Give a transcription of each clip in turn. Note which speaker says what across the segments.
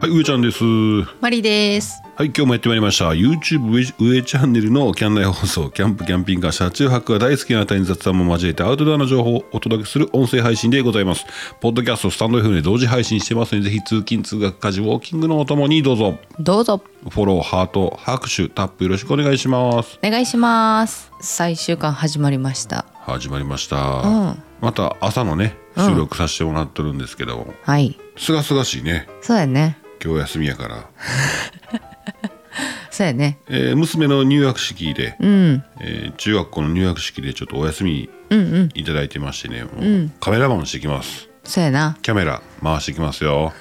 Speaker 1: はい、上ちゃんです。は
Speaker 2: マリです。
Speaker 1: い、今日もやってまいりました。YouTube 上上チャンネルのキャン内放送、キャンプ、キャンピングカー、車中泊が大好きなあなたに雑談も交えてアウトドアの情報をお届けする音声配信でございます。ポッドキャスト、スタンド FM で同時配信してますので、ぜひ通勤、通学、家事、ウォーキングのお供にどうぞ。
Speaker 2: どうぞ
Speaker 1: フォロー、ハート、拍手、タップよろしくお願いします。
Speaker 2: お願いします。最終巻始まりました。
Speaker 1: 始まりました。
Speaker 2: うん
Speaker 1: また朝のね、収録させてもらってるんですけども、
Speaker 2: はい。
Speaker 1: すがすがしいね、
Speaker 2: そうやね。
Speaker 1: 今日休みやから。
Speaker 2: そうやね。
Speaker 1: えー娘の入学式で、
Speaker 2: うん。
Speaker 1: えー中学校の入学式でちょっとお休みいただいてましてね、もうカメラマンしてきます
Speaker 2: そうやな。
Speaker 1: キャメラ回してきますよ、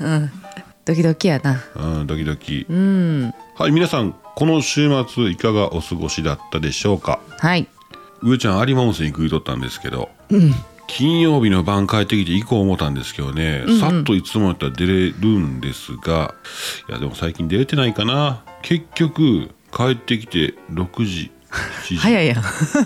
Speaker 2: ドキドキやな。
Speaker 1: うん、ドキドキ、はい皆さんこの週末いかがお過ごしだったでしょうか
Speaker 2: はい。
Speaker 1: 上ちゃん有馬温泉行くとったんですけど、金曜日の晩帰ってきて以降思ったんですけどね、さっといつもやったら出れるんですがいやでも最近出れてないかな結局帰ってきて6時7時
Speaker 2: 早いや
Speaker 1: そ
Speaker 2: ん。
Speaker 1: う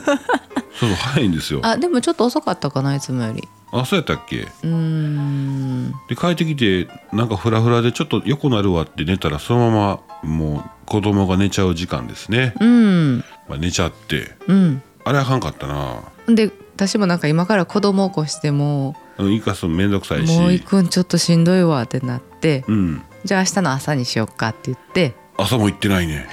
Speaker 1: そう早いんですよ
Speaker 2: あ、でもちょっと遅かったかな、いつもより。
Speaker 1: あそうやったっけ
Speaker 2: うーん。
Speaker 1: で帰ってきてなんかフラフラでちょっと横なるわって寝たらそのままもう子供が寝ちゃう時間ですね、
Speaker 2: うん。
Speaker 1: まあ、寝ちゃって
Speaker 2: うん。
Speaker 1: あれあかんかったな
Speaker 2: で、私もなんか今から子供起こしても、
Speaker 1: うん行かすのめんどくさいし
Speaker 2: もう行くんちょっとしんどいわってなって、
Speaker 1: うん
Speaker 2: じゃあ明日の朝にしよっかって言って、
Speaker 1: 朝も行ってない ね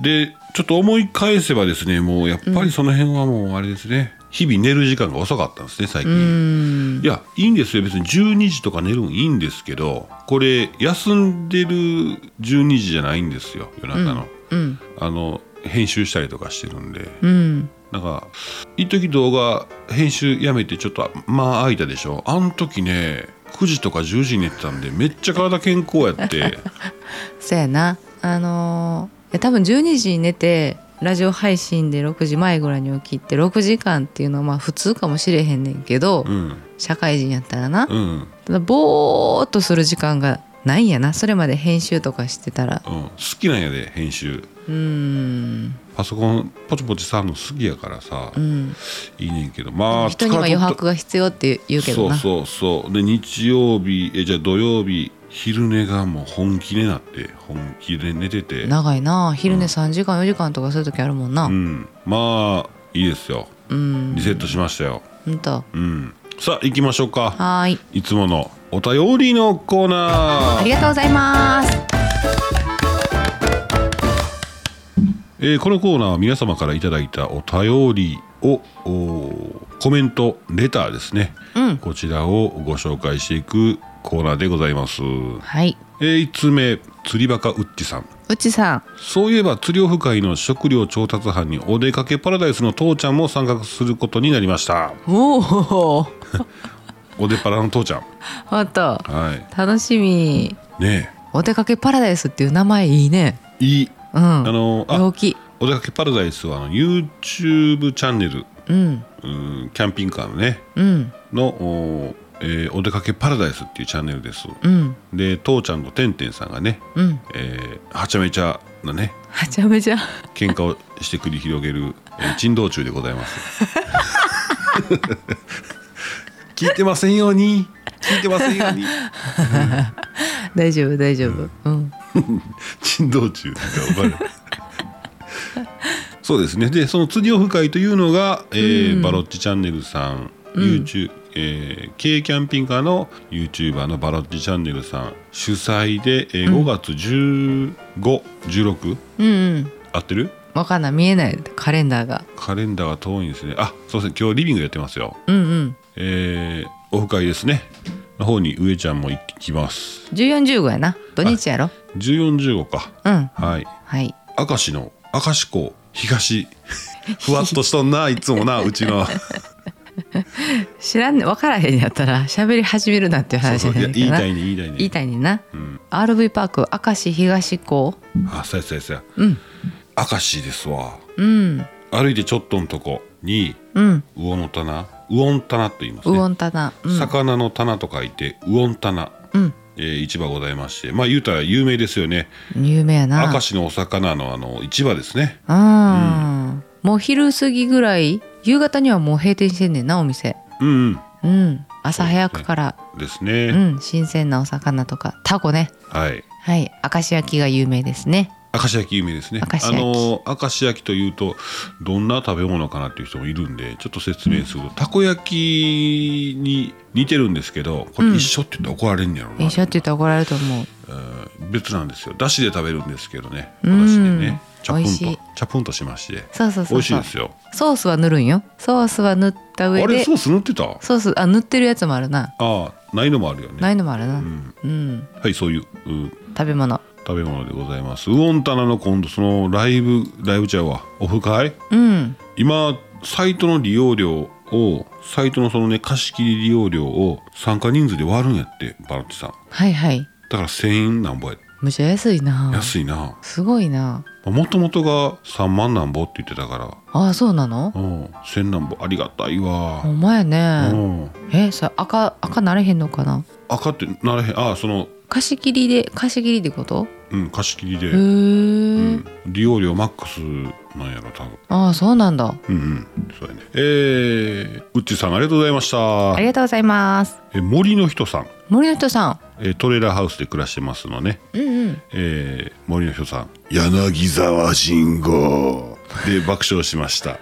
Speaker 1: でちょっと思い返せばですねもうやっぱりその辺はもうあれですね、日々寝る時間が遅かったんですね最近、
Speaker 2: うーん。
Speaker 1: いやいいんですよ別に12時とか寝るんいいんですけどこれ休んでる12時じゃないんですよ夜中の、
Speaker 2: うん。
Speaker 1: あの編集したりとかしてるんで
Speaker 2: うん。
Speaker 1: なんか一時動画編集やめてちょっとまあ空いたでしょあの時ね9時とか10時に寝てたんでめっちゃ体健康やって
Speaker 2: そうやなあのーいや多分12時に寝てラジオ配信で6時前ぐらいに起きて6時間っていうのはまあ普通かもしれへんねんけど、
Speaker 1: うん
Speaker 2: 社会人やったらな、
Speaker 1: うん
Speaker 2: ただぼーっとする時間がないんやなそれまで編集とかしてたら
Speaker 1: うん好きなんやで編集
Speaker 2: うーん
Speaker 1: パソコンポチポチ触るの好きやからさ、
Speaker 2: うん
Speaker 1: いいねんけどまあ
Speaker 2: 人には
Speaker 1: 疲れ
Speaker 2: 余
Speaker 1: とった
Speaker 2: 白が必要って言うけどな
Speaker 1: そうそうそうで日曜日えじゃあ土曜日昼寝がもう本気になって本気で寝てて
Speaker 2: 長いな昼寝3時間4時間とかそういう時あるもんな
Speaker 1: うんまあいいですよ
Speaker 2: うん
Speaker 1: リセットしましたよ
Speaker 2: ほんと
Speaker 1: うんさあ行きましょうか
Speaker 2: はーい
Speaker 1: いつものお便りのコーナ
Speaker 2: あ
Speaker 1: ー
Speaker 2: りがとうございます
Speaker 1: えーこのコーナーは皆様からいただいたお便りをおーコメントレターですね、
Speaker 2: うん
Speaker 1: こちらをご紹介していくコーナーでございます、
Speaker 2: はい
Speaker 1: え1つ目釣りバカウッチさん
Speaker 2: うちさん
Speaker 1: そういえば釣りオフ会の食料調達班にお出かけパラダイスの父ちゃんも参画することになりました
Speaker 2: おお
Speaker 1: おでパラの父ちゃん
Speaker 2: ほんと
Speaker 1: は
Speaker 2: 楽しみ
Speaker 1: いね
Speaker 2: お出かけパラダイスっていう名前いいね
Speaker 1: えいい
Speaker 2: うん
Speaker 1: あのあ
Speaker 2: 陽気
Speaker 1: お出かけパラダイスはあの YouTube チャンネル
Speaker 2: うん
Speaker 1: うんキャンピングカーのね
Speaker 2: うん
Speaker 1: のお,、えーお出かけパラダイスっていうチャンネルです
Speaker 2: うん
Speaker 1: で父ちゃんとてんてんさんがね、
Speaker 2: うん
Speaker 1: えーはちゃめちゃなね
Speaker 2: はちゃめちゃ
Speaker 1: 喧嘩をして繰り広げる、えー珍道中でございます 聞いてませんように聞いてませんように
Speaker 2: 大丈夫大丈夫うん
Speaker 1: 珍道中って言 ったらバレるそうですねでその釣りオフ会というのが、えーバロッチチャンネルさん、YouTube えー、軽キャンピングカーの YouTuber のバロッチチャンネルさん主催で、えー5月1516、
Speaker 2: うんうん
Speaker 1: 合ってる
Speaker 2: わかんない見えないカレンダーが
Speaker 1: カレンダーが遠いんですねあそうですね今日リビングやってますよ
Speaker 2: うんうん
Speaker 1: えー、オフ会ですねの方に上ちゃんも行きます
Speaker 2: 1415やな土日やろ
Speaker 1: 1415か
Speaker 2: うん
Speaker 1: はい
Speaker 2: はい
Speaker 1: 明石の明石港 東ふわっとしとんないつもなうちの
Speaker 2: 知らんねわからへんやったら喋り始めるなっていう
Speaker 1: そう
Speaker 2: 話
Speaker 1: そう
Speaker 2: に
Speaker 1: い
Speaker 2: な
Speaker 1: や言
Speaker 2: るけ
Speaker 1: い
Speaker 2: どな
Speaker 1: たいね言いたいね
Speaker 2: 言いたいねんな
Speaker 1: うん、
Speaker 2: RV パーク明石東港
Speaker 1: あそうやそうやそうや
Speaker 2: うん
Speaker 1: 明石ですわ
Speaker 2: うん
Speaker 1: 歩いてちょっとのとこに
Speaker 2: うん
Speaker 1: 魚の棚魚の棚と言いますね
Speaker 2: 魚棚うん
Speaker 1: 魚の棚と書いて魚棚、
Speaker 2: うん
Speaker 1: えー市場ございましてまあ言うたら有名ですよね
Speaker 2: 有名やな
Speaker 1: 明石のお魚のあの市場ですね
Speaker 2: あーもう昼過ぎぐらい夕方にはもう閉店してんねんなお店
Speaker 1: うんうん
Speaker 2: うん朝早くから
Speaker 1: です
Speaker 2: う,、
Speaker 1: ね、
Speaker 2: ん新鮮なお魚とかタコね
Speaker 1: はい
Speaker 2: はい明石焼きが有名ですね
Speaker 1: 明石焼き有名ですね
Speaker 2: 明石焼き
Speaker 1: あの明石焼きというとどんな食べ物かなっていう人もいるんでちょっと説明すると、たこ焼きに似てるんですけどこれ一緒って言ったら怒られんねやろうな、
Speaker 2: 一緒って言ったら怒られると思う
Speaker 1: うん別なんですよだしで食べるんですけどねお
Speaker 2: うん
Speaker 1: だしでねチャプ
Speaker 2: 美味
Speaker 1: ン
Speaker 2: しい
Speaker 1: とチャプンとしまして
Speaker 2: そうそうそうそう
Speaker 1: 美味しいですよ
Speaker 2: ソースは塗るんよソースは塗った
Speaker 1: あ
Speaker 2: 上
Speaker 1: れ
Speaker 2: で
Speaker 1: ソース塗ってたあ
Speaker 2: ソースあ塗ってるやつもあるな
Speaker 1: あないのもあるよね
Speaker 2: ないのもあるなう
Speaker 1: うんん、はいそういううん
Speaker 2: 食べ物
Speaker 1: 食べ物でございますウオンタナの今度そのライブライブちゃうわオフ会
Speaker 2: うん
Speaker 1: 今サイトの利用料をサイトのそのね貸し切り利用料を参加人数で割るんやってバロッチさん
Speaker 2: はいはい
Speaker 1: だから1,000円なんぼや
Speaker 2: むちゃ安いな
Speaker 1: 安いな
Speaker 2: すごいな
Speaker 1: もともとが3万なんぼって言ってたか
Speaker 2: ああそうなの
Speaker 1: らうん1,000なんぼありがたいわ
Speaker 2: お前
Speaker 1: う
Speaker 2: ね
Speaker 1: ん
Speaker 2: えそれ赤赤なれへんのかな
Speaker 1: 赤ってならへんあその
Speaker 2: 貸し切りで貸し切りってこと
Speaker 1: うん貸し切り
Speaker 2: へ
Speaker 1: で、う
Speaker 2: え
Speaker 1: ん、利用料マックスなんやろ多分
Speaker 2: ああそうなんだ
Speaker 1: うんうんそうやねえー、うっちーさんありがとうございました
Speaker 2: ありがとうございます
Speaker 1: え森の人さん、
Speaker 2: 森の人さん
Speaker 1: えートレーラーハウスで暮らしてますのね
Speaker 2: うんうん
Speaker 1: えー森の人さん柳沢慎吾で爆笑しました、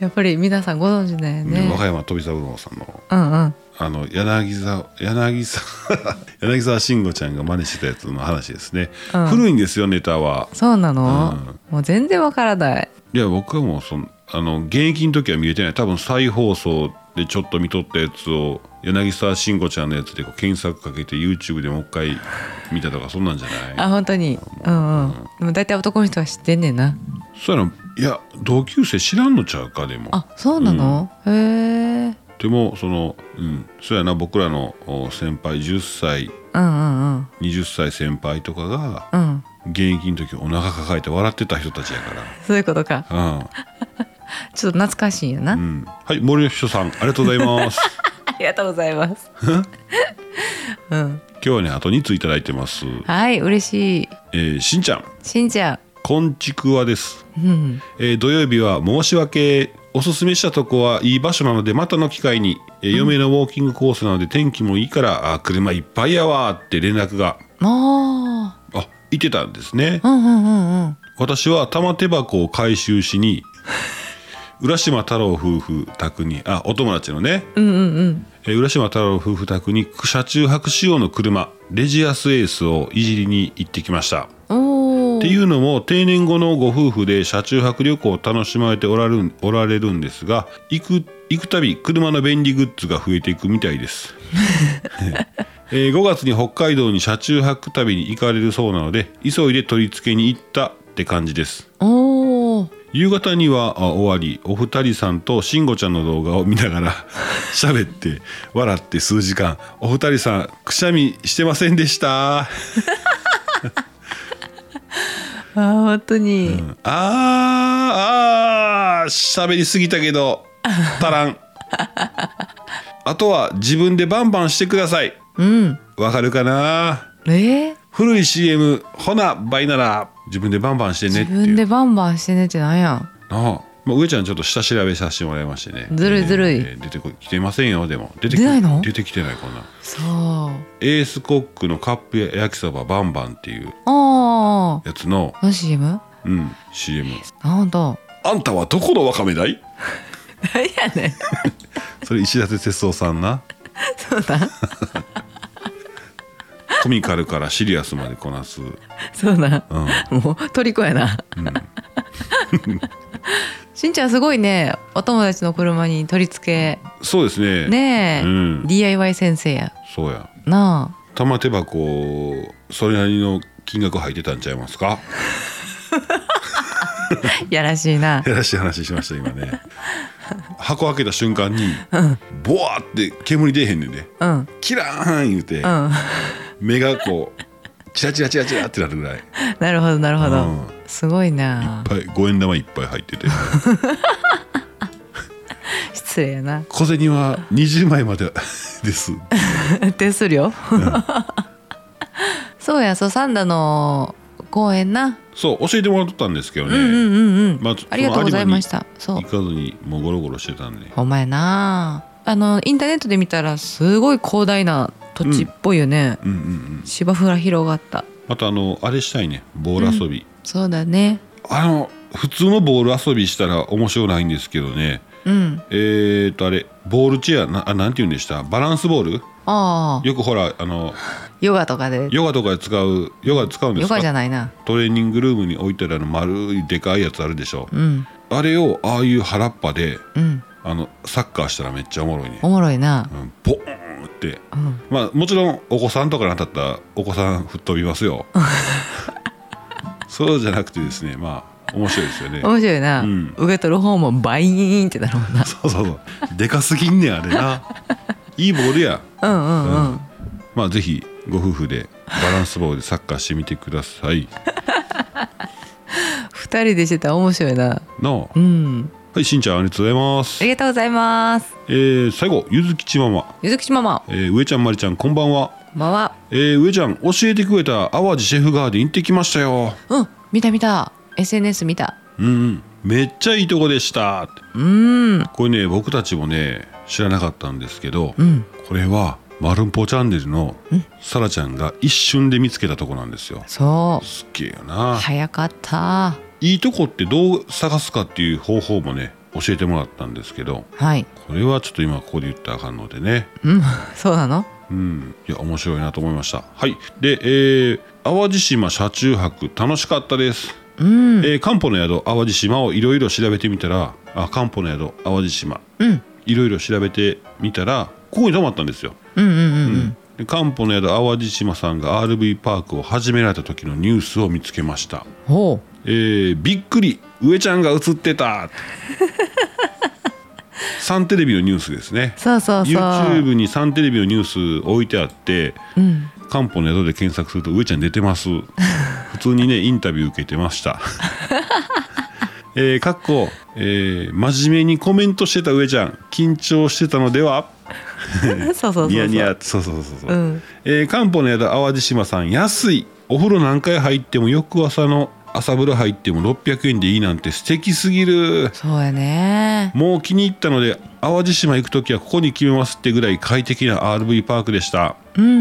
Speaker 2: やっぱり皆さんご存知だよ
Speaker 1: ね
Speaker 2: ね
Speaker 1: 和歌山飛三郎さんの
Speaker 2: うんうん
Speaker 1: あの柳沢柳沢 柳沢慎吾ちゃんが真似してたやつの話ですね、
Speaker 2: うん
Speaker 1: 古いんですよネタは
Speaker 2: そうなの、
Speaker 1: うん
Speaker 2: もう全然わからない
Speaker 1: いや僕はもうそのあの現役の時は見れてない多分再放送でちょっと見とったやつを柳沢慎吾ちゃんのやつでこう検索かけて YouTube でもう一回見たとかそんなんじゃない
Speaker 2: あ本当にうんうんでも大体男の人は知ってんねんな
Speaker 1: そうやないや同級生知らんのちゃうかでも
Speaker 2: あそうなの、へえ
Speaker 1: でもそのうんそうやな僕らのお先輩10歳
Speaker 2: うんうんうん
Speaker 1: 20歳先輩とかが
Speaker 2: うん
Speaker 1: 現役の時お腹抱えて笑ってた人たちやから
Speaker 2: そういうことか
Speaker 1: あ
Speaker 2: ちょっと懐かしいんやな、
Speaker 1: あ、うん、はい森の人さんありがとうございます
Speaker 2: ありがとうございます、うん、
Speaker 1: 今日はねあと2ついただいてます、
Speaker 2: はい嬉しい
Speaker 1: えー、しんちゃん
Speaker 2: しんちゃ
Speaker 1: こんちくわです、
Speaker 2: んうん
Speaker 1: えー土曜日は申し訳おすすめしたとこはいい場所なのでまたの機会に、えー嫁のウォーキングコースなので天気もいいからあー車いっぱいやわーって連絡が
Speaker 2: も
Speaker 1: あ行ってたんですね
Speaker 2: ううんうんうんうん
Speaker 1: 私は玉手箱を回収し に浦島太郎夫婦宅にあお友達のね、
Speaker 2: うんうんうん
Speaker 1: えー浦島太郎夫婦宅に車中泊仕様の車レジアスエースをいじりに行ってきました
Speaker 2: おお
Speaker 1: っていうのも定年後のご夫婦で車中泊旅行を楽しまれておられるおられるんですが行く行くたび車の便利グッズが増えていくみたい です、えー5月に北海道に車中泊旅に行かれるそうなので急いで取り付けに行ったって感じです
Speaker 2: おお
Speaker 1: 夕方にはあ終わりお二人さんとしんごちゃんの動画を見ながら喋って笑って数時間お二人さんくしゃみしてませんでした、
Speaker 2: あー本当に、
Speaker 1: うん、あーあー喋りすぎたけど足らんあとは自分でバンバンしてください
Speaker 2: うん、
Speaker 1: わかるかな
Speaker 2: えー
Speaker 1: 古い CM ほな倍なら自分でバンバンしてね
Speaker 2: 自
Speaker 1: ってい
Speaker 2: 分
Speaker 1: う
Speaker 2: でバンバンしてねってなんやん
Speaker 1: ああ、まあ、上ちゃんちょっと下調べさせてもらいましてね
Speaker 2: ずるいずるい
Speaker 1: えー出てこきてませんよでも出て
Speaker 2: 出ないの
Speaker 1: 出てきてないこんな
Speaker 2: そうあ
Speaker 1: エースコックのカップ焼きそばバンバンっていう
Speaker 2: あ
Speaker 1: やつの、
Speaker 2: の CM?
Speaker 1: うん CM
Speaker 2: なんだ
Speaker 1: あんたはどこのわかめだい
Speaker 2: なんやねん
Speaker 1: それ石立哲夫さんな
Speaker 2: そうだ
Speaker 1: コミカルからシリアスまでこなす、うん、
Speaker 2: そうだ
Speaker 1: あ
Speaker 2: もう虜やな、しんちゃんすごいねお友達の車に取り付
Speaker 1: そうですね
Speaker 2: けねえ、
Speaker 1: うん
Speaker 2: DIY 先生や
Speaker 1: そうや
Speaker 2: な
Speaker 1: 玉手箱それなりの金額入ってたんちゃいますか
Speaker 2: あやらしいな
Speaker 1: やらしい話しました今ね箱開けた瞬間にボワーって煙出えへんねんね
Speaker 2: うん
Speaker 1: キラーン言うて、
Speaker 2: うん
Speaker 1: 目がこうチラチラチラチラってなるぐらいいっ
Speaker 2: なるほどなるほど、
Speaker 1: うん
Speaker 2: すごいな
Speaker 1: ぱい五円玉いっぱい入ってて
Speaker 2: 失礼やな
Speaker 1: 小銭は20枚まで です
Speaker 2: 手数料、そうやそうサンダの公園な
Speaker 1: そう教えてもらっとったんですけどね、
Speaker 2: うんうんうんうん、
Speaker 1: まあ
Speaker 2: ありがとうございましたそ
Speaker 1: 行
Speaker 2: う
Speaker 1: かずにもうゴロゴロしてたんで
Speaker 2: ほんまやなあのインターネットで見たらすごい広大な土地っぽいよね、
Speaker 1: うんうんうん
Speaker 2: 芝生が広がった
Speaker 1: またあのあれしたいねボール遊び、
Speaker 2: そうだね
Speaker 1: あの普通のボール遊びしたら面白ないんですけどね
Speaker 2: うん
Speaker 1: えー、とあれボールチェアなあなんて言うんでしたバランスボール
Speaker 2: ああ
Speaker 1: よくほらあの
Speaker 2: ヨガとかで
Speaker 1: ヨガとかで使うヨガ使うんで
Speaker 2: ヨ
Speaker 1: す
Speaker 2: ガじゃ
Speaker 1: か
Speaker 2: ないな
Speaker 1: トレーニングルームに置いてあるあの丸いでかいやつあるでしょ、
Speaker 2: うん
Speaker 1: あれをああいう腹っぱで
Speaker 2: うん
Speaker 1: あのサッカーしたらめっちゃおもろいね
Speaker 2: おもろいな
Speaker 1: うんボーンって
Speaker 2: うん
Speaker 1: まあもちろんお子さんとかに当たったらお子さん吹っ飛びますよそうじゃなくてですねまあ面白いですよね
Speaker 2: 面白いな、
Speaker 1: うん
Speaker 2: 受け取る方もバイーンってなるもんな
Speaker 1: そうそうそうでかすぎんねんあれないいボールや
Speaker 2: うんうんうん、
Speaker 1: うんまあぜひご夫婦でバランスボールでサッカーしてみてください
Speaker 2: 二人でしてたら面白いな
Speaker 1: の
Speaker 2: うん
Speaker 1: はいしんちゃんありがとうございます
Speaker 2: ありがとうございます
Speaker 1: えー最後ゆずきちママ
Speaker 2: ゆずきちママ
Speaker 1: えー上ちゃんまりちゃんこんばんは
Speaker 2: こんばんは
Speaker 1: えー上ちゃん教えてくれた淡路シェフガーデン行ってきましたよ
Speaker 2: うん見た見た SNS 見た
Speaker 1: うんうんめっちゃいいとこでした
Speaker 2: うん
Speaker 1: これね僕たちもね知らなかったんですけど、
Speaker 2: うん
Speaker 1: これは「まるんぽチャンネル」のさらちゃんが一瞬で見つけたとこなんですよ
Speaker 2: そう
Speaker 1: すっげえよな、
Speaker 2: 早かった
Speaker 1: い、いとこってどう探すかっていう方法もね教えてもらったんですけど
Speaker 2: はい
Speaker 1: これはちょっと今ここで言ったらあかんのでね
Speaker 2: うんそうなの
Speaker 1: うんいや面白いなと思いましたはいで、えー淡路島車中泊楽しかったです
Speaker 2: うん
Speaker 1: えー、漢方の宿淡路島をいろいろ調べてみたらあ漢方の宿淡路島
Speaker 2: うん
Speaker 1: いろいろ調べてみたらここに泊まったんですよ
Speaker 2: うんうんうんうん
Speaker 1: で漢方の宿淡路島さんが RV パークを始められた時のニュースを見つけました
Speaker 2: ほ
Speaker 1: えー、びっくり上ちゃんが映って たサンテレビのニュースですね
Speaker 2: うそうそうそう
Speaker 1: YouTube にサンテレビのニュース置いてあって
Speaker 2: うん
Speaker 1: 漢方の宿で検索すると上ちゃん出てます 普通にねインタビュー受けてましたえー、かっこ、えー真面目にコメントしてた上ちゃん緊張してたのでは
Speaker 2: そうそうそうそう
Speaker 1: ニヤニヤそうそうそうそう、
Speaker 2: うん
Speaker 1: えー、漢方の宿淡路島さん安いお風呂何回入っても翌朝の朝風呂入っても600円でいいなんて素敵すぎる
Speaker 2: そうやね
Speaker 1: もう気に入ったので淡路島行く時はここに決めますってぐらい快適な RV パークでした
Speaker 2: うんうんう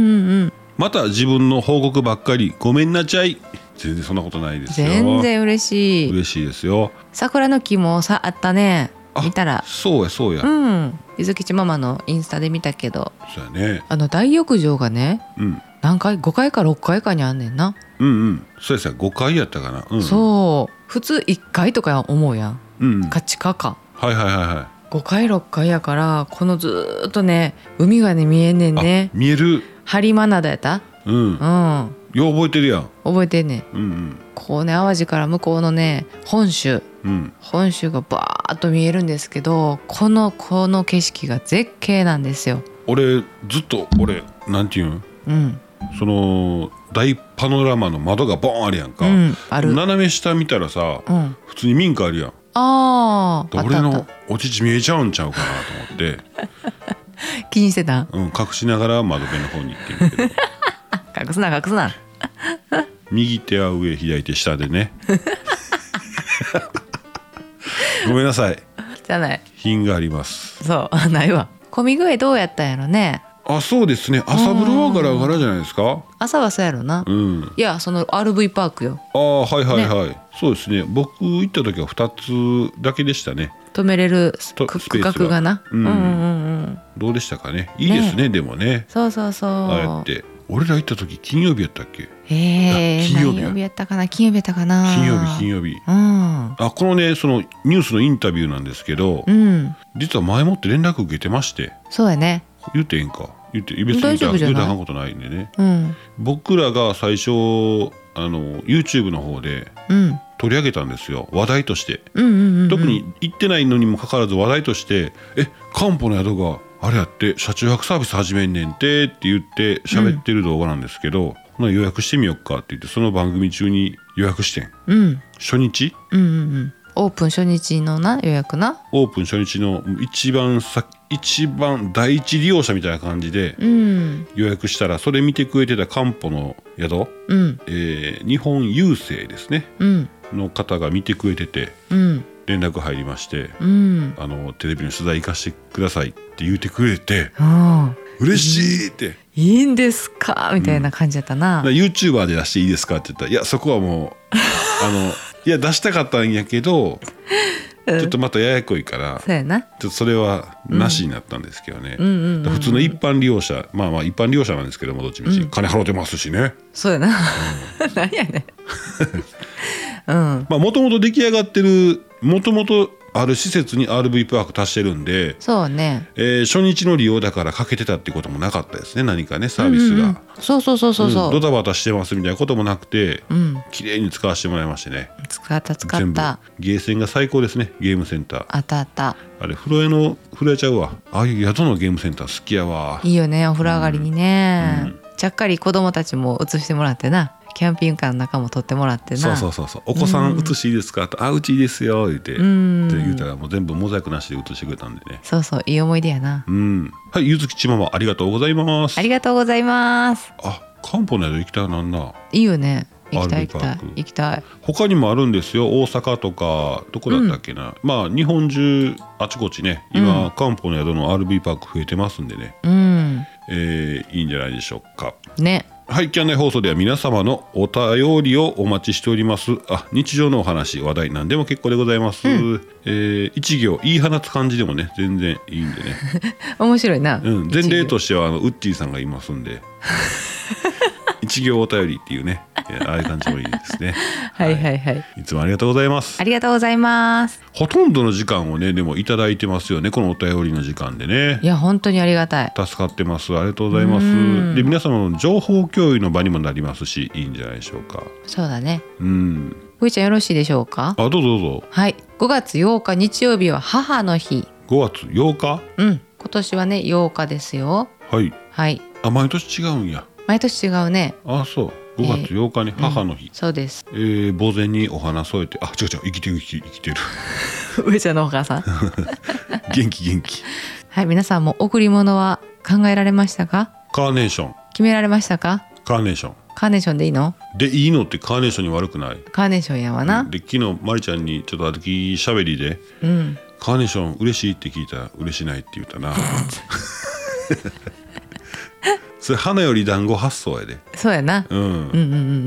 Speaker 2: ん
Speaker 1: また自分の報告ばっかりごめんなちゃい全然そんなことないですよ
Speaker 2: 全然嬉しい
Speaker 1: 嬉しいですよ
Speaker 2: 桜の木もさあったね
Speaker 1: あ
Speaker 2: 見たら
Speaker 1: そうやそうや、
Speaker 2: うんゆずきちママのインスタで見たけど
Speaker 1: そうやね、
Speaker 2: あの大浴場がね
Speaker 1: うん、
Speaker 2: 何回5回か6回かにあんねんな、
Speaker 1: うんうんそうやさ5回やったかなうん
Speaker 2: そう普通1回とかや思うやん
Speaker 1: うん、うん、はい
Speaker 2: 価値化か
Speaker 1: はいはいは
Speaker 2: 5回6回やからこのずーっとね海がね見えんねん
Speaker 1: いあ
Speaker 2: ね
Speaker 1: 見える
Speaker 2: ハリマナダやった
Speaker 1: うん
Speaker 2: うん
Speaker 1: よう覚えてるやん
Speaker 2: 覚えてんねん
Speaker 1: うん
Speaker 2: こうね淡路から向こうのね本州
Speaker 1: うんうん
Speaker 2: 本州がバーッと見えるんですけどこのこの景色が絶景なんですよ
Speaker 1: 俺ずっと俺なんていうん
Speaker 2: うん
Speaker 1: その大パノラマの窓がボーンあるやん
Speaker 2: う
Speaker 1: か、
Speaker 2: んあるうん
Speaker 1: 斜め下見たらさ
Speaker 2: あ
Speaker 1: 普通に民家あるやん
Speaker 2: あーあっ
Speaker 1: 俺
Speaker 2: たあっ
Speaker 1: のお乳見えちゃうんちゃうかなと思って、
Speaker 2: た気にしてた
Speaker 1: うん、隠しながら窓辺の方に行ってる けど
Speaker 2: 隠すな隠すな
Speaker 1: 右手は上左手下でね ごめんなさい
Speaker 2: じゃない
Speaker 1: 品があります
Speaker 2: そう ないわ混み具合どうやったんやろね
Speaker 1: あそうですね朝風呂はガラガラじゃないですか
Speaker 2: 朝はそうやろな、
Speaker 1: うん
Speaker 2: いやその RV パークよ
Speaker 1: ああはいはいはい、そうですね僕行った時は2つだけでしたね
Speaker 2: 止めれるす
Speaker 1: と
Speaker 2: く
Speaker 1: スペ
Speaker 2: 区
Speaker 1: ースが
Speaker 2: 画がな
Speaker 1: うん
Speaker 2: うんうんうん
Speaker 1: どうでしたかねいいですねでもね
Speaker 2: そうそうそう
Speaker 1: ああやって俺ら行った時金曜日やったっけ
Speaker 2: ええ
Speaker 1: あ金曜日
Speaker 2: 何曜日やったかな金曜日やったかな
Speaker 1: 金曜日金曜日あこのねそのニュースのインタビューなんですけど
Speaker 2: うんうん
Speaker 1: 実は前もって連絡受けてまして
Speaker 2: そうやね
Speaker 1: 言ってええんか言って別に言うた
Speaker 2: 大丈夫じゃ
Speaker 1: 言
Speaker 2: ない
Speaker 1: たらあ
Speaker 2: う
Speaker 1: かんことないんでね
Speaker 2: うん
Speaker 1: 僕らが最初あの YouTube の方で
Speaker 2: うん
Speaker 1: 取り上げたんですよ話題として、
Speaker 2: うんうんうん
Speaker 1: 特に行ってないのにもかかわらず話題として「え漢方の宿があれやって車中泊サービス始めんねんて」って言って喋ってる動画なんですけど、ほな予約してみよっかって言ってその番組中に予約してん
Speaker 2: うん
Speaker 1: 初日
Speaker 2: うんうんうんオープン初日のな予約な
Speaker 1: オープン初日の一番さ一番第一利用者みたいな感じで
Speaker 2: うん
Speaker 1: 予約したらそれ見てくれてた漢方の宿、
Speaker 2: うん
Speaker 1: えー日本郵政ですね
Speaker 2: うん
Speaker 1: の方が見てくれてて
Speaker 2: うん
Speaker 1: 連絡入りまして、
Speaker 2: うん
Speaker 1: あのテレビの取材行かしてくださいって言ってくれて
Speaker 2: うん
Speaker 1: 嬉しいって、
Speaker 2: いいんですかみたいな感じやったな、
Speaker 1: ユー YouTuber で出していいですかって言ったら「いやそこはも うあのいや出したかったんやけど
Speaker 2: うん
Speaker 1: ちょっとまたややこいから
Speaker 2: そうやな
Speaker 1: ちょっとそれはなしになったんですけどね、
Speaker 2: うんうんうんうん
Speaker 1: 普通の一般利用者まあまあ一般利用者なんですけどもどっちみち、金払ってますしね
Speaker 2: そうやな なんやねんうん
Speaker 1: まあもともと出来上がってるもともとある施設に RV パーク足してるんで、
Speaker 2: そうね
Speaker 1: えー初日の利用だから欠けてたってこともなかったですね何かねサービスが、
Speaker 2: うんうんうんそうそうそうそうそう
Speaker 1: うんドタバタしてますみたいなこともなくて、
Speaker 2: うん
Speaker 1: 綺麗に使わせてもらいましてね
Speaker 2: 使った使
Speaker 1: 全
Speaker 2: っ
Speaker 1: 部
Speaker 2: た
Speaker 1: ゲーセンが最高ですねゲームセンター
Speaker 2: あったあった
Speaker 1: あれ風呂屋の風呂屋ちゃうわああいう宿のゲームセンター好きやわ
Speaker 2: いいよねお風呂上がりにね、ちゃっかり子供たちも映してもらってなキャンピングカーの中も撮ってもらってな
Speaker 1: そうそうそうそうお子さん写していいですかとあうちいいですよ言ってで
Speaker 2: ん
Speaker 1: 言うたらもう全部モザイクなしで写してくれたんでね
Speaker 2: そうそういい思い出やな
Speaker 1: うんはいゆずきちママありがとうございます
Speaker 2: ありがとうございます
Speaker 1: あ漢方の宿行きたいなんない
Speaker 2: いよね行きたい行きた
Speaker 1: アル
Speaker 2: い
Speaker 1: ビパーク
Speaker 2: 行きたい
Speaker 1: 他にもあるんですよ大阪とかどこだったっけな、まあ日本中あちこちね今、漢方の宿の RV パーク増えてますんでね、
Speaker 2: うん
Speaker 1: えーいいんじゃないでしょうか
Speaker 2: ね
Speaker 1: はい、キャンナイ放送では皆様のお便りをお待ちしております。あ、日常のお話、話題、何でも結構でございます。えー一行、言い放つ感じでもね、全然いいんでね。
Speaker 2: 面白いな、
Speaker 1: うん、前例
Speaker 2: 一行
Speaker 1: としては、あの、ウッディさんがいますん で。一行お便りっていうね、えーああいう感じもいいです ね。
Speaker 2: はいはいはい、
Speaker 1: いつもありがとうございます
Speaker 2: あ。りがとうございます
Speaker 1: ほとんどの時間をね、でもいただいてますよね、このお便りの時間でね
Speaker 2: い。や本当にありがたい
Speaker 1: 助かってます。ありがとうございます。で、皆様の情報共有の場にもなりますし、いいんじゃないでしょうか。
Speaker 2: そうだね
Speaker 1: うん。
Speaker 2: ふいちゃんよろしいでしょうか
Speaker 1: あどうぞどうぞ
Speaker 2: はい5月8日日曜日は母の日
Speaker 1: 5月8日
Speaker 2: うん今年はね8日ですよ
Speaker 1: はい
Speaker 2: はい
Speaker 1: あ毎年違うんや
Speaker 2: 毎年違うね
Speaker 1: あそう5月8日ね、母の日、
Speaker 2: そ うです
Speaker 1: えー墓前にお花添えてあ違う違う生きてる生きてる生 きてる
Speaker 2: 上ちゃんのお母さん
Speaker 1: 元気元気
Speaker 2: はい皆さんも贈り物は考えられましたか
Speaker 1: カーネーション
Speaker 2: 決められましたか
Speaker 1: カーネーション
Speaker 2: カーネーションでいいの
Speaker 1: でいいのってカーネーションに悪くない
Speaker 2: カーネーションやわな
Speaker 1: で昨日まりちゃんにちょっとあずきしゃべりで
Speaker 2: うん
Speaker 1: 「カーネーション嬉しい」って聞いたら「嬉しない」って言った なそれ花より団子発想やで
Speaker 2: そうやな
Speaker 1: うん、
Speaker 2: うんうんうんう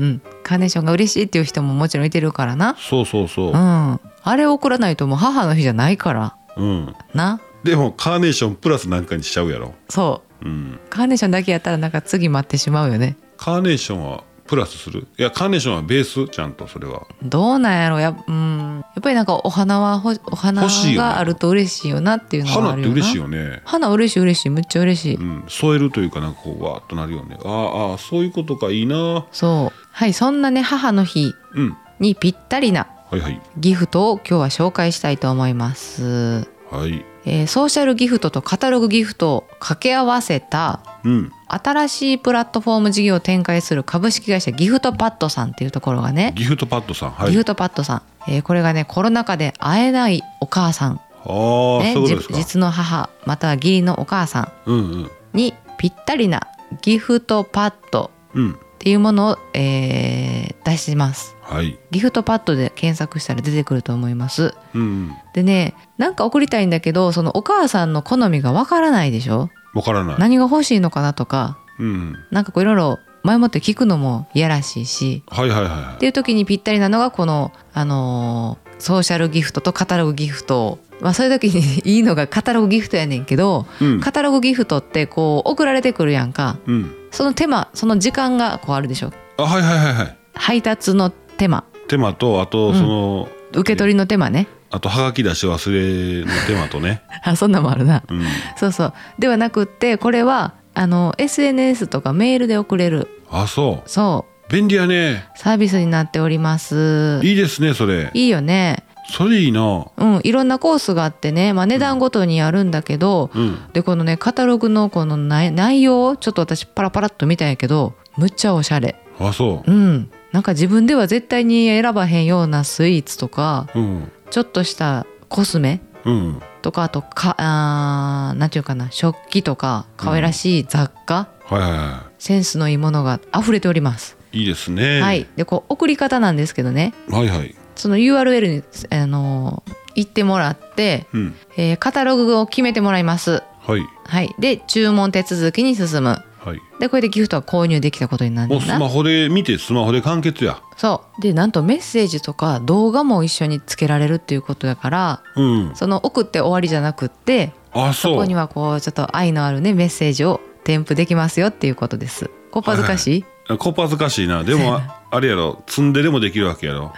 Speaker 2: んカーネーションが嬉しいっていう人ももちろんいてるからな
Speaker 1: そうそうそう
Speaker 2: うんあれを贈らないともう母の日じゃないから
Speaker 1: うん
Speaker 2: な
Speaker 1: でもカーネーションプラスなんかにしちゃうやろ
Speaker 2: そう
Speaker 1: うん、
Speaker 2: カーネーションだけやったらなんか次待ってしまうよね
Speaker 1: カーネーションはプラスするいやカーネーションはベースちゃんとそれは
Speaker 2: どうなんやろや,、うん、やっぱりなんかお花はほお花
Speaker 1: 欲しいよね
Speaker 2: があると嬉しいよなっていうのは
Speaker 1: 花
Speaker 2: あ
Speaker 1: っ
Speaker 2: る
Speaker 1: て
Speaker 2: よな
Speaker 1: 嬉しいよね、
Speaker 2: 花嬉しい嬉しいむっちゃ嬉しい、
Speaker 1: うん、添えるというかなんかこうわーっとなるよねあーあーそういうことかいいな
Speaker 2: そうはいそんなね母の日
Speaker 1: うん
Speaker 2: にぴったりな
Speaker 1: はいはい
Speaker 2: ギフトを今日は紹介したいと思います、
Speaker 1: はい
Speaker 2: えーソーシャルギフトとカタログギフトを掛け合わせた
Speaker 1: うん
Speaker 2: 新しいプラットフォーム事業を展開する株式会社ギフトパッドさんっていうところがね、
Speaker 1: ギフトパッドさんは
Speaker 2: ギ
Speaker 1: い
Speaker 2: フトパッドさん、えーこれがねコロナ禍で会えないお母さん
Speaker 1: ああそうい
Speaker 2: ね
Speaker 1: うこ、と
Speaker 2: じ
Speaker 1: ですか
Speaker 2: 実の母または義理のお母さ
Speaker 1: うんうん
Speaker 2: んにぴったりなギフトパッド
Speaker 1: うん
Speaker 2: っていうものを、えー出します
Speaker 1: はい
Speaker 2: ギフトパッドで検索したら出てくると思います
Speaker 1: うんうん
Speaker 2: でねなんか送りたいんだけどそのお母さんの好みがわからないでしょ
Speaker 1: わからない
Speaker 2: 何が欲しいのかなとか
Speaker 1: うん
Speaker 2: なんかこういろいろ前もって聞くのもいやらしいし
Speaker 1: はいはいはい
Speaker 2: っ
Speaker 1: は
Speaker 2: ていう時にぴったりなのがこの、あのーソーシャルギフトとカタログギフト、まあ、そういう時にいいのがカタログギフトやねんけど、
Speaker 1: いうん
Speaker 2: カタログギフトってこう送られてくるやんか
Speaker 1: うん
Speaker 2: その手間その時間がこうあるでしょ
Speaker 1: あはいはいはいはい
Speaker 2: 配達の手間
Speaker 1: 手間とあと
Speaker 2: うん
Speaker 1: その、
Speaker 2: 受け取りの手間ね、
Speaker 1: あとはがき出し忘れの手間と ね
Speaker 2: あそんなんもあるな
Speaker 1: うん
Speaker 2: そうそうではなくってこれはあの SNS とかメールで送れる
Speaker 1: あそ
Speaker 2: そう
Speaker 1: 便利やね
Speaker 2: うサービスになっております
Speaker 1: いいですねそれ
Speaker 2: いいよね
Speaker 1: それいいな
Speaker 2: うんいろんなコースがあってね、まあ、値段ごとにあるんだけど、
Speaker 1: うん
Speaker 2: でこのねカタログのこの内内容をちょっと私パラパラっと見たんやけどむっちゃおしゃれ
Speaker 1: あそ
Speaker 2: うんなんか自分では絶対に選ばへんようなスイーツとか
Speaker 1: ううん
Speaker 2: ちょっとしたコスメ
Speaker 1: うん
Speaker 2: とかあとかあーなんていうかな食器とか可愛らしい雑貨、
Speaker 1: はいはいは
Speaker 2: センスのいいものが溢れております、
Speaker 1: いいいですね
Speaker 2: はいでこう送り方なんですけどね
Speaker 1: はいはい
Speaker 2: その URL に、あのー行ってもらって、
Speaker 1: うん
Speaker 2: えーカタログを決めてもらいます。
Speaker 1: はい
Speaker 2: はい、で注文手続きに進む。
Speaker 1: はい
Speaker 2: でこれでギフトは購入できたことになる
Speaker 1: も
Speaker 2: ん
Speaker 1: うス
Speaker 2: だ
Speaker 1: マ
Speaker 2: な
Speaker 1: ホで見てスマホで完結や
Speaker 2: そうでなんとメッセージとか動画も一緒につけられるっていうことだから
Speaker 1: うん
Speaker 2: その送って終わりじゃなくって
Speaker 1: あ
Speaker 2: そ
Speaker 1: そ
Speaker 2: こ
Speaker 1: う
Speaker 2: にはこうちょっと愛のあるねメッセージを添付できますよっていうことですこっぱずかし
Speaker 1: こっぱずかしいなでもああれやろ積んででもできるわけやろ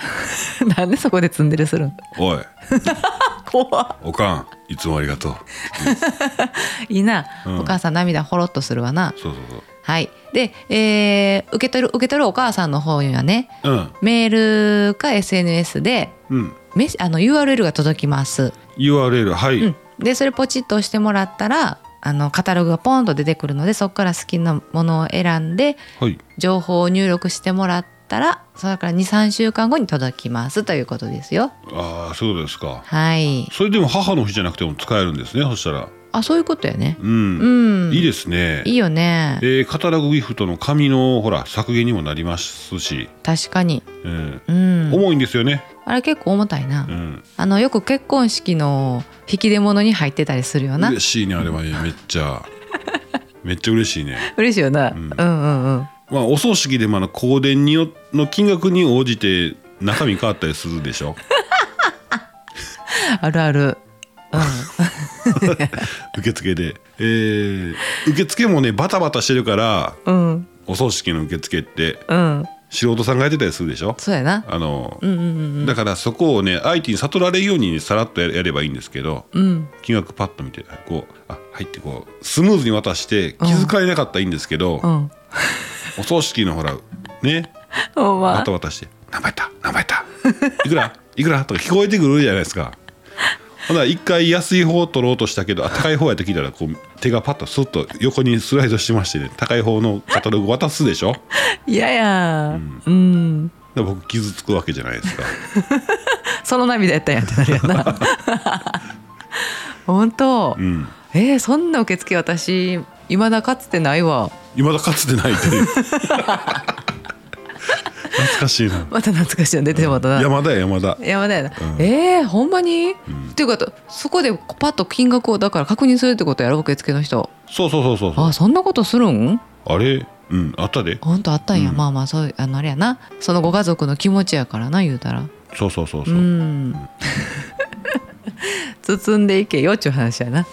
Speaker 2: い なんでそこでツンデレするん
Speaker 1: おい
Speaker 2: 怖っ
Speaker 1: おかんいつもありがとう
Speaker 2: いいな、
Speaker 1: うん
Speaker 2: お母さん涙ほろっとするわな
Speaker 1: そうそうそう
Speaker 2: はいで、えー受け取る受け取るお母さんの方にはね
Speaker 1: うん
Speaker 2: メールか SNS で
Speaker 1: うん
Speaker 2: メッあの URL が届きます、
Speaker 1: URL はい、
Speaker 2: うん、でそれポチッと押してもらったらあのカタログがポンと出てくるのでそこから好きなものを選んで
Speaker 1: はい
Speaker 2: 情報を入力してもらったらそれから23週間後に届きますということですよ
Speaker 1: ああそういうことですか
Speaker 2: はい
Speaker 1: それでも母の日じゃなくても使えるんですねそしたら
Speaker 2: あそういうことやね
Speaker 1: うん、
Speaker 2: うん
Speaker 1: いいですね
Speaker 2: いいよね
Speaker 1: えーカタログギフトの紙のほら削減にもなりますし、
Speaker 2: 確かに
Speaker 1: うん
Speaker 2: うん
Speaker 1: 重いんですよね、
Speaker 2: あれ結構重たいな、
Speaker 1: うん、
Speaker 2: あのよく結婚式の引き出物に入ってたりするよな
Speaker 1: 嬉しいねあれはめっちゃ めっちゃ嬉しいね
Speaker 2: 嬉しいよな、うん、うんうん
Speaker 1: まあお葬式でもあの香典によの金額に応じて中身変わったりするでしょ
Speaker 2: あるある
Speaker 1: 受付で、えー受付もねバタバタしてるから
Speaker 2: うんうん
Speaker 1: お葬式の受付って
Speaker 2: うん
Speaker 1: 素人さんがやってたりするでしょ
Speaker 2: そうやな
Speaker 1: あの、
Speaker 2: うんうんうん
Speaker 1: だからそこをね相手に悟られるようにさらっとやれやればいいんですけど、
Speaker 2: うん
Speaker 1: 金額パッと見てこうあ入ってこうスムーズに渡して気遣いなかったらいいんですけど、
Speaker 2: うん
Speaker 1: お葬式のほらね
Speaker 2: お
Speaker 1: バ
Speaker 2: 前
Speaker 1: タバタして「何倍やった何倍やったいくらいくら?」とか聞こえてくるじゃないですか。ほな一回安い方を取ろうとしたけどあ高い方やと聞いたらこう手がパッとスッと横にスライドしてましてね高い方のカタログ渡すでしょだか
Speaker 2: いややんうん
Speaker 1: ら僕傷つくわけじゃないですか
Speaker 2: その涙やったんやってなるやん な本当、
Speaker 1: うん
Speaker 2: えー、そんな受付私いまだかつてないわ
Speaker 1: いまだかつてないと いう懐かしいな
Speaker 2: また懐かしいの出てまたな、
Speaker 1: 山田や山田
Speaker 2: 山田やな、
Speaker 1: うん
Speaker 2: えー、ほんまに、っていうかそこでパッと金額をだから確認するってことやろ受付の人
Speaker 1: そうそうそうそうそう
Speaker 2: あそんなことするん
Speaker 1: あれうんあったで
Speaker 2: 本当あったんや、
Speaker 1: うん
Speaker 2: まあまあそうあのあれやなそのご家族の気持ちやからな言うたら
Speaker 1: そうそうそう
Speaker 2: う
Speaker 1: そう、
Speaker 2: ん包んでいけよっちゅう話 やな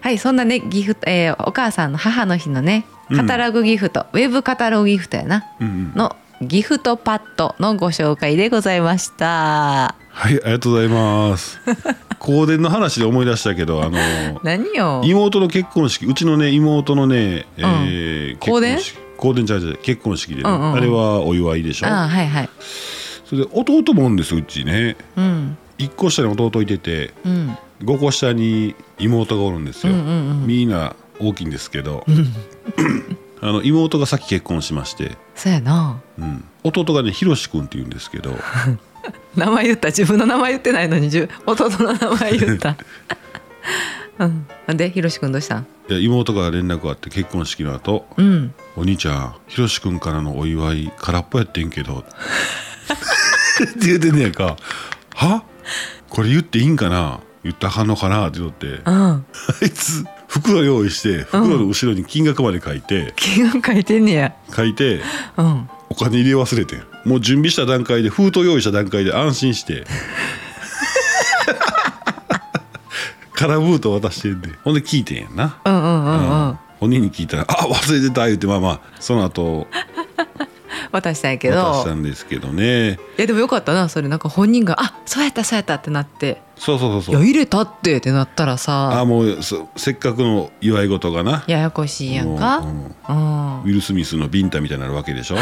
Speaker 2: はいそんなねギフト、えーお母さんの母の日のね
Speaker 1: うん
Speaker 2: カタログギフト、ウェブカタログギフトやな
Speaker 1: うんうん
Speaker 2: のギフトパッドのご紹介でございました
Speaker 1: はいありがとうございます 香典の話で思い出したけどあの
Speaker 2: 何よ
Speaker 1: 妹の結婚式うちのね妹のね、えー
Speaker 2: 香典
Speaker 1: 結婚式香典ちゃうちゃう結婚式でね、
Speaker 2: うんうんうん
Speaker 1: あれはお祝いでしょ
Speaker 2: ああはいはい
Speaker 1: それで弟もおるんですうちね
Speaker 2: うん
Speaker 1: 1個下に弟いてて
Speaker 2: うん
Speaker 1: 5個下に妹がおるんです
Speaker 2: うんう
Speaker 1: よ、
Speaker 2: んうん
Speaker 1: みんな大きいんですけどあの妹がさっき結婚しまして、
Speaker 2: そうやな
Speaker 1: うん、弟がねひろしくんって言うんです けど
Speaker 2: 名前言った自分の名前言ってないのに自分弟の名前言った うんでひろしくんどうしたん
Speaker 1: いや妹から連絡があって結婚式の後
Speaker 2: うん
Speaker 1: お兄ちゃんひろしくんからのお祝い空っぽやってんけ ど」って言うてんねやんか「はこれ言っていいんかな言ったらあかんのかな?」って言うとって
Speaker 2: うん
Speaker 1: あいつ袋用意して袋の後ろに金額まで書いて、
Speaker 2: 気が書いてんねや
Speaker 1: 書いて
Speaker 2: うん
Speaker 1: お金入れ忘れてんもう準備した段階で封筒用意した段階で安心して 空封筒渡してんでほんで聞いてんやんな
Speaker 2: うんうんうんうん
Speaker 1: 本人に聞いたら「あ忘れてた」言ってまあまあその後
Speaker 2: 渡したんやけ
Speaker 1: 渡し
Speaker 2: ど
Speaker 1: たんですけどね
Speaker 2: いやでもよかったなそれなんか本人が「あそうやったそうやった」ってなって
Speaker 1: そうそう
Speaker 2: 「い
Speaker 1: そう
Speaker 2: や
Speaker 1: そう
Speaker 2: 入れたって」ってなったら
Speaker 1: あ
Speaker 2: さ
Speaker 1: もうそせっかくの祝い事がな
Speaker 2: ややこしいやんか
Speaker 1: もう
Speaker 2: うん
Speaker 1: ウィル・スミスのビンタみたいになるわけで しょ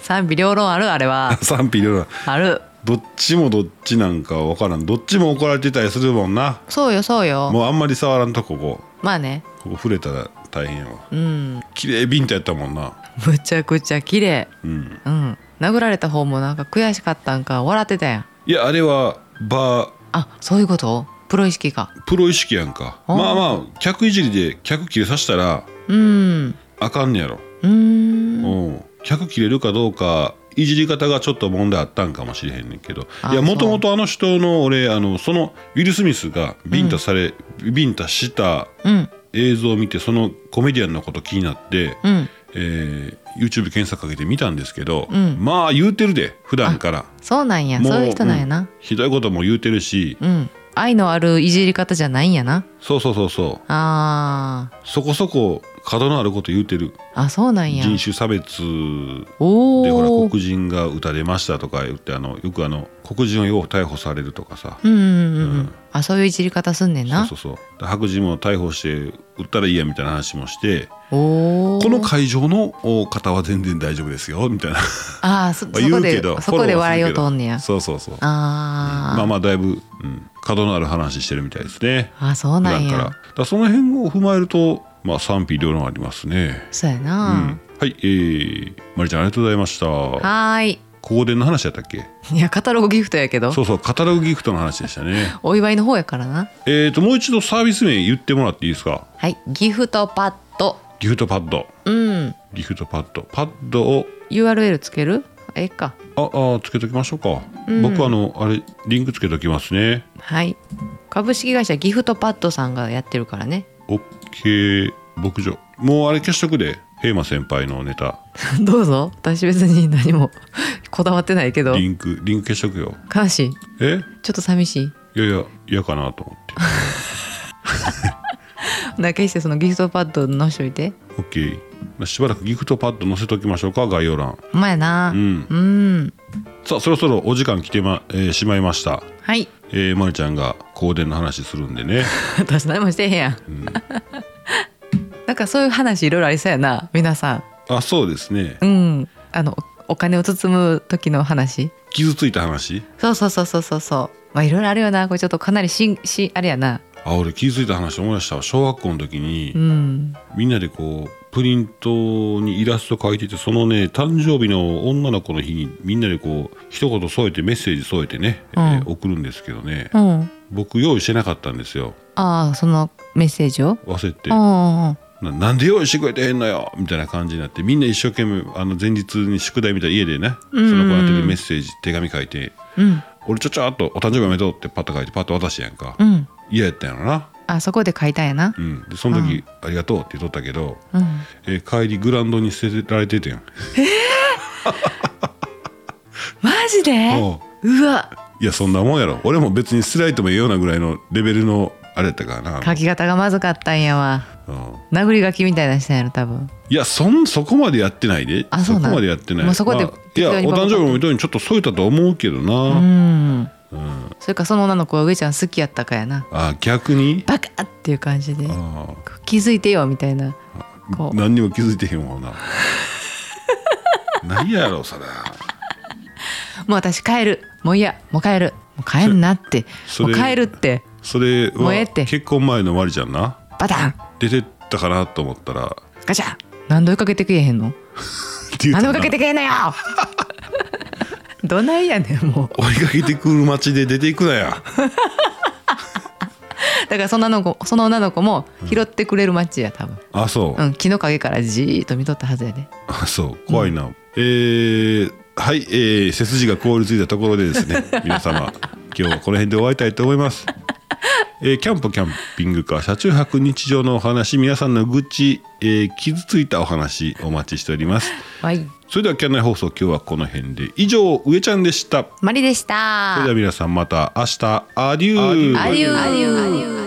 Speaker 2: 賛否両論あるあ れは
Speaker 1: 賛否両論
Speaker 2: ある
Speaker 1: どっちもどっちなんかわからんどっちも怒られてたりするもんな
Speaker 2: そうよそうよ
Speaker 1: もうあんまり触らんとここ
Speaker 2: まあね
Speaker 1: ここ触れたら大変やわ
Speaker 2: うん
Speaker 1: 綺麗ビンタやったもんな
Speaker 2: むちゃくちゃ綺麗
Speaker 1: うん
Speaker 2: うん殴られた方もなんか悔しかったんか笑ってたやん
Speaker 1: いやあれはバー
Speaker 2: あそういうことプロ意識か
Speaker 1: プロ意識やんか
Speaker 2: あー
Speaker 1: まあまあ客いじりで客切れさせたら
Speaker 2: うん
Speaker 1: あかんねやろ
Speaker 2: うーん
Speaker 1: うん、客切れるかどうかいじり方がちょっと問題あったんかもしれへんねんけど
Speaker 2: あ
Speaker 1: いや
Speaker 2: そう
Speaker 1: もともとあの人の俺あのそのウィル・スミスがビンタされ、ビンタした
Speaker 2: うん
Speaker 1: 映像を見てそのコメディアンのこと気になって、
Speaker 2: うん
Speaker 1: えー YouTube 検索かけて見たんですけど、
Speaker 2: うん
Speaker 1: まあ言うてるで普段から
Speaker 2: そうなんや
Speaker 1: も
Speaker 2: そういう人なんや
Speaker 1: うん
Speaker 2: な
Speaker 1: ひどいことも言うてるし、
Speaker 2: うん、愛のあるいじり方じゃないんやな
Speaker 1: そうそうそうそう
Speaker 2: あー
Speaker 1: そこそこ角のあること言うてる
Speaker 2: あそうなんや
Speaker 1: 人種差別
Speaker 2: お
Speaker 1: でほら
Speaker 2: お
Speaker 1: 黒人が撃たれましたとか言ってあのよくあの黒人をよう逮捕されるとかさ、
Speaker 2: うんうんうん、う
Speaker 1: うんん、
Speaker 2: あそういういじり方すんねんな
Speaker 1: そうそうそう白人も逮捕して撃ったらいいやみたいな話もして
Speaker 2: おお
Speaker 1: この会場のお方は全然大丈夫ですよみたいな
Speaker 2: ああそそ
Speaker 1: 言
Speaker 2: こ
Speaker 1: うけ
Speaker 2: で
Speaker 1: ど
Speaker 2: そこで笑いをとんねや
Speaker 1: そうそうそう
Speaker 2: あ
Speaker 1: ま
Speaker 2: ー、
Speaker 1: あまあだいぶ、うん、角のある話してるみたいですね
Speaker 2: あそう
Speaker 1: 普
Speaker 2: なん
Speaker 1: 段から
Speaker 2: や
Speaker 1: だからその辺を踏まえると、まあ、賛否両論ありますね
Speaker 2: そうや
Speaker 1: うん
Speaker 2: な、
Speaker 1: はいえー、まりちゃんありがとうございましたこ
Speaker 2: はーい
Speaker 1: こでの話やったっけ
Speaker 2: いやカタログギフトやけど
Speaker 1: そうそうカタログギフトの話でしたね
Speaker 2: お祝いの方やからな
Speaker 1: えーともう一度サービス名言ってもらっていいですか
Speaker 2: はいギフトパッド
Speaker 1: ギフトパッド
Speaker 2: うん
Speaker 1: ギフトパッドパッドを
Speaker 2: URL つけるええか
Speaker 1: ああつけときましょうか、僕あのあれリンクつけときますね
Speaker 2: はい株式会社ギフトパッドさんがやってるからね
Speaker 1: OK 牧場もうあれ消しとくでヘイマ先輩のネタ
Speaker 2: どうぞ私別に何も こだわってないけど
Speaker 1: リンクリンク消しとくよ
Speaker 2: 悲しい
Speaker 1: え
Speaker 2: ちょっと寂しい
Speaker 1: いやいや嫌かなと思って
Speaker 2: だけしてそのギフトパッドのしといて
Speaker 1: OK まあしばらくギフトパッド載せときましょうか概要欄
Speaker 2: ほんまやな
Speaker 1: うん
Speaker 2: うん
Speaker 1: さあそろそろお時間来てま、えーしまいました
Speaker 2: はい
Speaker 1: えー、まりちゃんが香典の話するんでね
Speaker 2: 私何もしてへんやん、なんかそういう話いろいろありそうやな皆さ
Speaker 1: あそうですね
Speaker 2: んうんあのお金を包む時の話
Speaker 1: 傷ついた話
Speaker 2: そうそうそうそうそうそうまあいろいろあるよなこれちょっとかなりしんしあれやな
Speaker 1: あ俺傷ついた話思い出したわ小学校の時に、
Speaker 2: うん
Speaker 1: みんなでこうプリントにイラスト描いててそのね誕生日の女の子の日にみんなでこう一言添えてメッセージ添えてね、えー送るんですけどね
Speaker 2: うん
Speaker 1: 僕用意してなかったんですよ
Speaker 2: ああそのメッセージを
Speaker 1: 忘れて
Speaker 2: うんうんうん
Speaker 1: ななんで用意してくれてへんのよみたいな感じになってみんな一生懸命あの前日に宿題みたいな家でねその子宛てにメッセージ手紙書いて
Speaker 2: うん
Speaker 1: 「俺ちょちょっとお誕生日おめでとう」ってパッと書いてパッと渡してやんか
Speaker 2: うん
Speaker 1: 嫌やったんやろな、
Speaker 2: あそこで書いたんやな
Speaker 1: うん、でその時「ありがとう」って言っとったけど、
Speaker 2: うん
Speaker 1: えー帰りグラウンドに捨てられててん
Speaker 2: マジで
Speaker 1: おう
Speaker 2: うわ
Speaker 1: いやそんなもんやろ俺も別に捨てられてもええようなぐらいのレベルのあれやったからな、
Speaker 2: 書き方がまずかったんやわ
Speaker 1: うん
Speaker 2: 殴り書きみたいな人やろ多分
Speaker 1: いやそんそこまでやってないで
Speaker 2: あそうなん
Speaker 1: こまでやってない、
Speaker 2: もうそこで
Speaker 1: まあいや
Speaker 2: 適当に
Speaker 1: お
Speaker 2: パパ
Speaker 1: 誕
Speaker 2: パ
Speaker 1: 生日おめでとうにちょっと添えたと思うけどな、
Speaker 2: うんそれかその女の子は上ちゃん好きやったかやな
Speaker 1: あ逆に
Speaker 2: バカっていう感じで
Speaker 1: あ
Speaker 2: 気づいてよみたいな
Speaker 1: ー
Speaker 2: こう
Speaker 1: 何にも気づいてへんわな何やろそれ
Speaker 2: もう私帰るもういいやもう帰るもう帰んなって
Speaker 1: そ
Speaker 2: もう
Speaker 1: れ
Speaker 2: 帰るって
Speaker 1: それ
Speaker 2: もうええ
Speaker 1: は
Speaker 2: って
Speaker 1: 結婚前のマリちゃんな
Speaker 2: バタン
Speaker 1: 出てったかなと思ったら
Speaker 2: ガチャ何度追いかけてくれへんの
Speaker 1: って言うた
Speaker 2: 何
Speaker 1: な
Speaker 2: で追いかけてくれ んのよどないやねんもう
Speaker 1: 追いかけてくる街で出ていくなや
Speaker 2: だからそんなの子その女の子も拾ってくれる街や多分
Speaker 1: あそう、
Speaker 2: うん木の陰からじーっと見とったはずやで
Speaker 1: あそう怖いな、えーはい、えー背筋が凍りついたところでです ね皆様今日はこの辺で終わりたいと思います、えーキャンプキャンピングカー車中泊日常のお話皆さんの愚痴、えー傷ついたお話お待ちしております
Speaker 2: はい
Speaker 1: それではキャンナイ放送今日はこの辺で以上上ちゃんでした
Speaker 2: マリでし
Speaker 1: それ
Speaker 2: た
Speaker 1: では皆さんまた明日アデュー
Speaker 2: アデュー